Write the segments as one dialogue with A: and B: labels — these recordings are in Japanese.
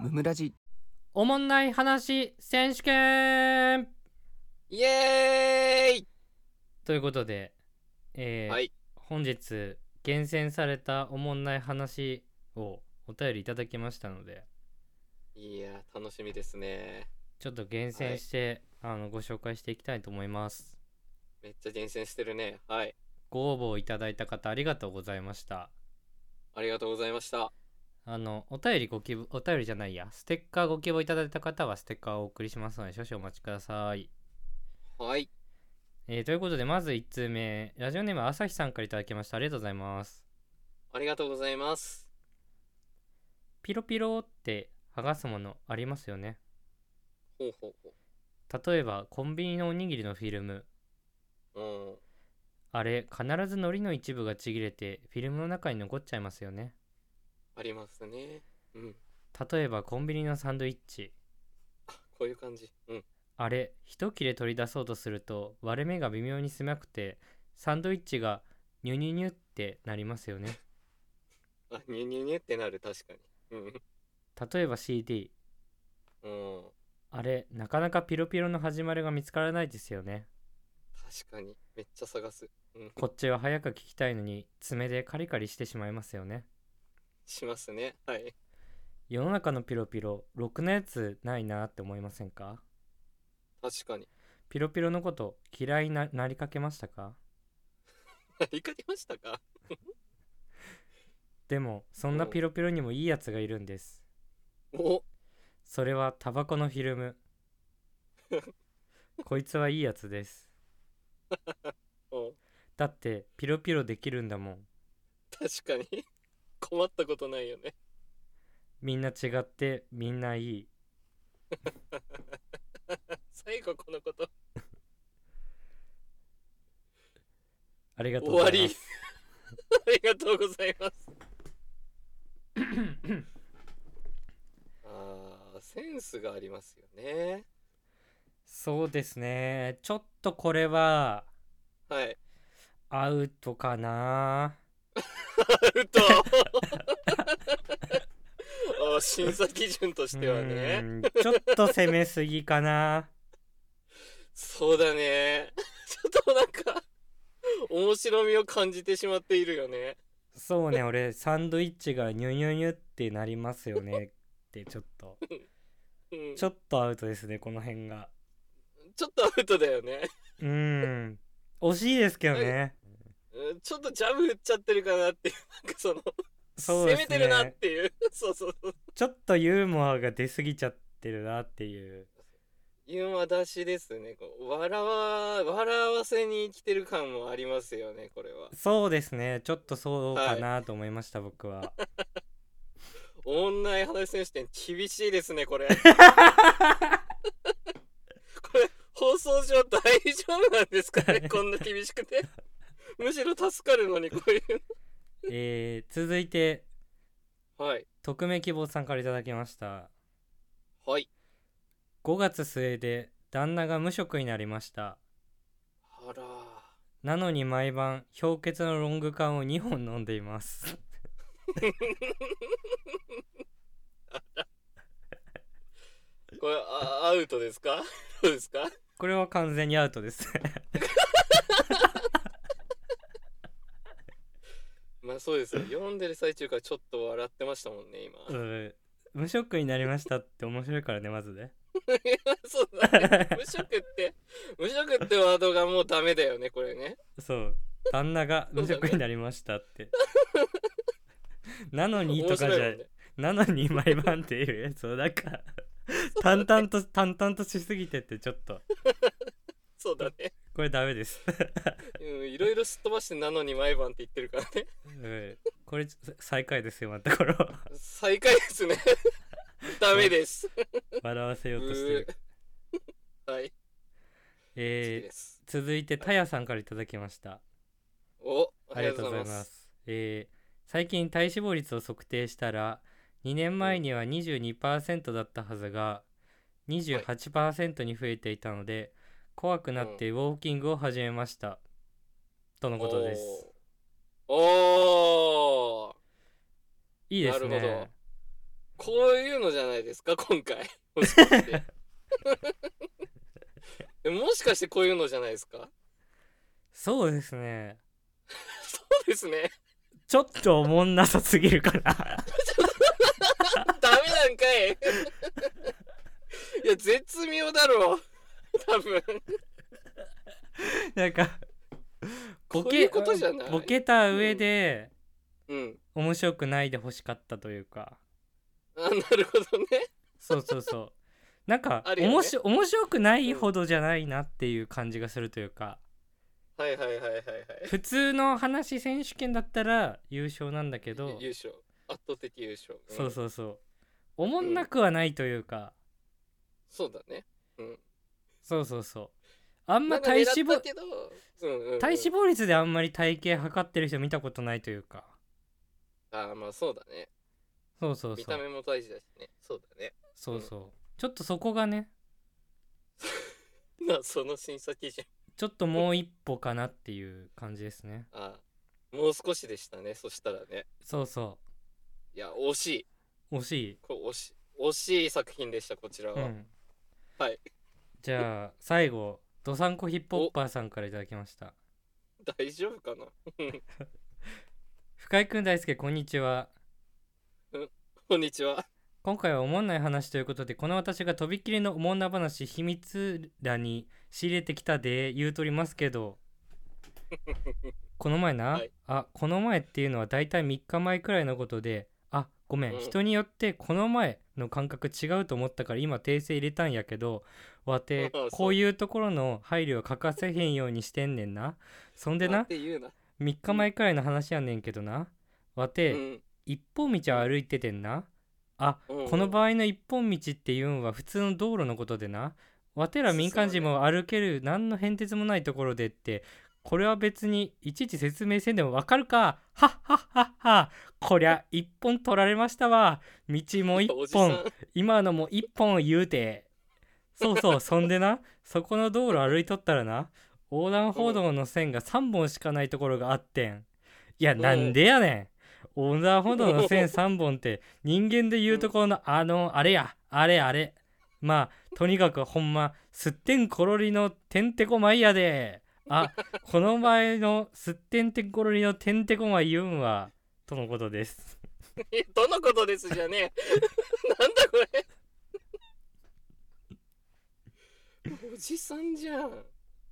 A: ムムラジ
B: おもんない話選手権
C: イエーイ
B: ということで、えー
C: はい
B: 本日厳選されたおもんない話をお便りいただきましたので
C: いやー楽しみですね
B: ちょっと厳選して、あのご紹介していきたいと思います
C: めっちゃ厳選してるねはい
B: ご応募いただいた方ありがとうございました
C: ありがとうございました
B: あのお便りご希望お便りじゃないやステッカーご希望いただいた方はステッカーをお送りしますので少々お待ちください
C: はい
B: えーということでまず1通目ラジオネーム朝日さんからいただきましたありがとうございます
C: ありがとうございます
B: ピロピロって剥がすものありますよね
C: ほうほう
B: 例えばコンビニのおにぎりのフィルム
C: ほう
B: あれ必ず海苔の一部がちぎれてフィルムの中に残っちゃいますよね
C: うんありますねうん
B: 例えばコンビニのサンドイッチ
C: あこういう感じうん
B: あれ一切れ取り出そうとすると割れ目が微妙に狭くてサンドイッチがニュニュニュってなりますよね
C: あニュニュニュってなる確かに
B: 例えば CD
C: うんうん
B: あれなかなかピロピロの始まりが見つからないですよね
C: 確かにめっちゃ探すうん
B: こっちは早く聞きたいのに爪でカリカリしてしまいますよね
C: しますねはい
B: 世の中のピロピロろくなやつないなって思いませんか
C: 確かに
B: ピロピロのこと嫌いにななりかけましたか
C: 理解りましたか
B: でもそんなピロピロにもいいやつがいるんです
C: お
B: それはタバコのフィルムこいつはいいやつです
C: お
B: だってピロピロできるんだもん
C: 確かに 困ったことないよね
B: みんな違ってみんないい
C: 最後このこと
B: ありがとうございます
C: ありがとうございます。 ああ、センスがありますよね。
B: そうですねちょっとこれは
C: はい。
B: アウトかな
C: アウトあー審査基準としては
B: う
C: ね。
B: んちょっと攻めすぎかな
C: そうだね。ちょっとなんか、面白みを感じてしまっているよね。
B: そう ね俺サンドイッチがニュニュニュってなりますよねってちょっと
C: うん、ち
B: ち
C: ょ
B: ょっとアウトですねこの辺が
C: っとアウトだよね。
B: うーん惜しいですけどね
C: うんちょっとジャブ振っちゃってるかなっていう、なんかその、
B: そうですね
C: 攻めてるなっていう、そうそうそう。
B: ちょっとユーモアが出過ぎちゃってるなっていう
C: ユーマ出しですね。こう笑わ、笑わせに生きてる感もありますよね、これは。
B: そうですねちょっとそうかなと思いました、僕は
C: オンライン話選手権厳しいですね、これ。これ、放送上大丈夫なんですかね、こんな厳しくて。むしろ助かるのに、こういう
B: えー、続いて
C: の。はい。
B: 匿名希望さんからいただきました
C: はい。
B: 5月末で旦那が無職になりました
C: あら。
B: なのに毎晩氷結のロング缶を2本飲んでいます
C: これ、あアウトですかどうですか
B: これは完全にアウトです
C: まあそうですよ。読んでる最中からちょっと笑ってましたもんね、今。
B: うん無職になりましたって面白いからねまずね
C: いやそうだね。無職って、無職ってワードがもうダメだよね、これね。
B: そう旦那が無職になりました って、なのにとか
C: 面白
B: じ
C: い
B: ゃ、
C: もんね。
B: なのに毎晩っていうやつをなんか淡々と淡々としすぎてってちょっと
C: そうだね。
B: これダメです、
C: うん、いろいろすっ飛ばしてなのに毎晩って言ってるからね。
B: うんこれ最下位ですよまたこれを
C: 最下位です ね。ダメです。
B: 笑わせようとしてる
C: はい。好き
B: えー
C: です。
B: 続いてタヤさんからいただきました
C: お、あ
B: あ
C: り
B: りが
C: がと
B: とう
C: うご
B: ござ
C: ざい
B: い
C: ま。
B: ますす。えー最近体脂肪率を測定したら2年前には22%だったはずが28%に増えていたので、怖くなってウォーキングを始めました、とのことです。
C: おーおー
B: いいです
C: なるほど
B: ね。
C: こういうのじゃないですか今回もしかして でももしかしてこういうのじゃないですか
B: そうですね
C: そうですね
B: ちょっとおもんなさすぎるかな
C: ダメなんかいいや絶妙だろ多分
B: なんかボ
C: こう
B: ケ
C: いうことじゃない
B: ボケた上で
C: うん
B: 面白くないで欲しかったというか
C: あなるほどね
B: そうそうそうなんか、
C: あるよね
B: 面白面白くないほどじゃないなっていう感じがするという か
C: はいはいはいはいはい
B: 普通の話選手権だったら優勝なんだけど
C: 優勝圧倒的優勝、ん
B: そうそうそうおもんなくはないというか、
C: そうだねうん
B: そうそうそうあんま
C: なんか
B: 体
C: 狙
B: 脂
C: った
B: 肪
C: けど、うんうんうん
B: 体脂肪率であんまり体型測ってる人見たことないというか
C: ああまあそうだね
B: そうそう
C: 見
B: そ
C: た
B: う
C: 目も大事だしねそうだね
B: そうそうちょっとそこがね
C: なその審査基準
B: ちょっともう一歩かなっていう感じですね
C: ああもう少しでしたねそしたらね
B: そうそ
C: いや惜しいう
B: 惜しい
C: これ惜しい惜しい作品でしたこちらは、
B: うん
C: はい
B: じゃあ最後ドサンコヒップホッパーさんからいただきました
C: 大丈夫かな
B: 深井くん大輔こんにちは
C: こんにちは
B: 今回はおもんない話ということでこの私がとびっきりのおもんな話秘密らに仕入れてきたで言うとりますけ どこの前な、
C: はい
B: あこの前っていうのはだいたい3日前くらいのことであごめん、
C: うん
B: 人によってこの前の感覚違うと思ったから今訂正入れたんやけどわて
C: そう
B: こういうところの配慮は欠かせへんようにしてんねんなそんで
C: な
B: なん
C: て言うな
B: 3日前くらいの話やねんけどなわ
C: う
B: て、
C: ん
B: 一本道を歩いててんなあ、
C: うん
B: この場合の一本道っていうんは普通の道路のことでなわてら民間人も歩ける何の変哲もないところでってこれは別にいちいち説明せんでもわかるかはっはっはっはこりゃ一本取られましたわ道も一
C: おじさん
B: 本今のも一本言うてそうそうそんでなそこの道路歩いとったらな横断歩道の線が3本しかないところがあってんいや
C: うん
B: なんでやねん横断歩道の線3本って人間で言うところのあのあれやあれあれまあとにかくほんますってんころりのてんてこまいやであこの前のすってんてんころりのてんてこまい言うんはとのことです
C: え どのことですじゃねえ なんだこれおじさんじゃん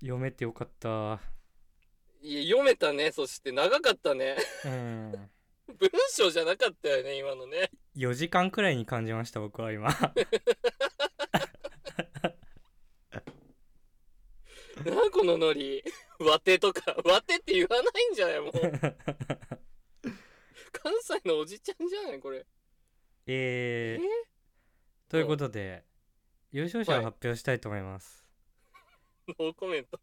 B: 読めてよかった
C: いや読めたねそして長かったね
B: うん
C: 文章じゃなかったよね今のね
B: 4時間くらいに感じました僕は 今
C: なあこのノリわてとかわてって言わないんじ ゃないもう関西のおじちゃんじゃないこれ
B: え
C: え
B: ー、ということで優勝者を発表したいと思います、
C: ノーコメント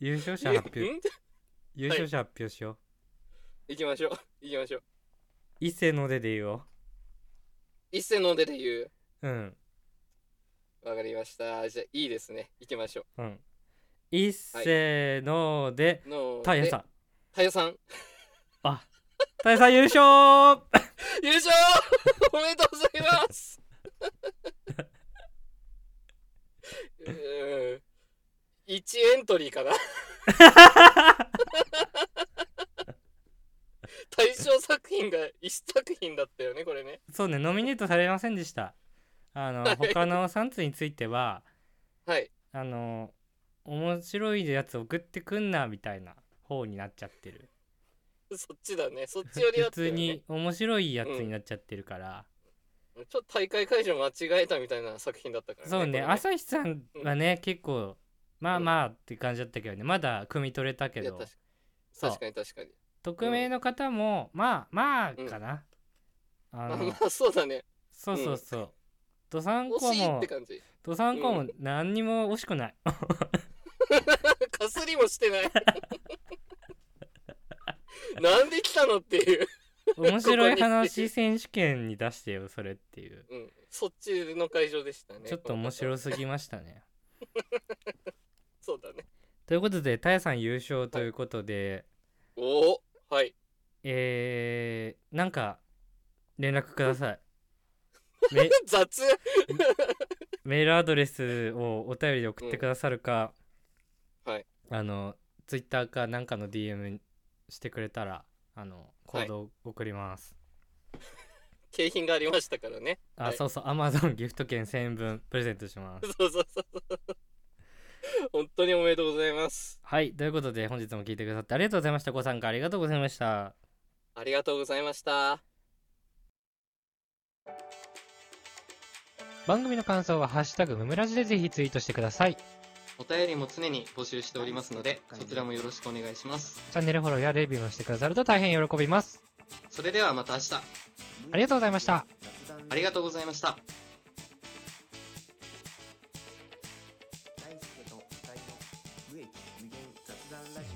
B: 優勝者発表
C: ん
B: 優勝者発表しよう、
C: 行きましょう行きましょう
B: 一斉の出で言おう
C: 一斉の出で言う
B: うん
C: わかりましたじゃあいいですね行きましょ
B: うん一斉ので、
C: うの
B: タイヤさ
C: ん
B: ん
C: タイヤさん
B: あタイヤさん優勝
C: 優勝 おめでとうございますうーん1エントリー かな対象作品が1作品だったよねこれね
B: そうねノミネートされませんでしたあの
C: はい
B: 他の3つについては
C: はい
B: あの面白いやつ送ってくんなみたいな方になっちゃってる
C: そっちだねそっちよりだ
B: 普
C: った
B: 通
C: よ、ね
B: に、面白いやつになっちゃってるから、
C: ちょっと大会会場間違えたみたいな作品だったからね
B: そう
C: これ
B: ね
C: ね
B: 朝日さんはね、結構まあまあって感じだったけどねまだ汲み取れたけ
C: いや
B: ど
C: 確か
B: そう
C: 確かに確かに
B: 匿名の方も、まあまあ
C: うん
B: かな、あ
C: あ
B: の
C: まあそうだね
B: そうそうそう、ドサンコ
C: 惜しいっ
B: も
C: て感じ
B: ドサンコも
C: うん
B: 何にも惜しくない
C: かすりもしてない なんで来たのっていう
B: 面白い
C: ここ
B: 話
C: に
B: 選手権に出してよそれっていう
C: うん、そっちの会場でしたね。
B: ちょっと面白すぎましたね
C: そうだね。
B: ということでタヤさん優勝ということで、
C: おお、はい。
B: えー、なんか連絡くださいメ
C: 雑
B: メールアドレスをお便りで送ってくださるか、
C: うんはい
B: あのツイッターかなんかの DM してくれたらあのコードを送ります、
C: 景品がありましたからね。は
B: あ
C: い
B: そうそう Amazon ギフト券1000円分プレゼントします
C: そうそうそう そう。本当におめでとうございます。
B: はいということで本日も聞いてくださってありがとうございましたご参加ありがとうございました
C: ありがとうございました。
B: 番組の感想は「ハッシュタグむむらじ」でぜひツイートしてくださいチ
C: お便りも常に募集しておりますので、そちらもよろしくお願いします。
B: ャンネルフォローやレビューもしてくださると大変喜びます
C: それではまた明日、
B: ありがとうございました
C: ありがとうございました。
A: 大輔と二人の無益無限雑談ラジオ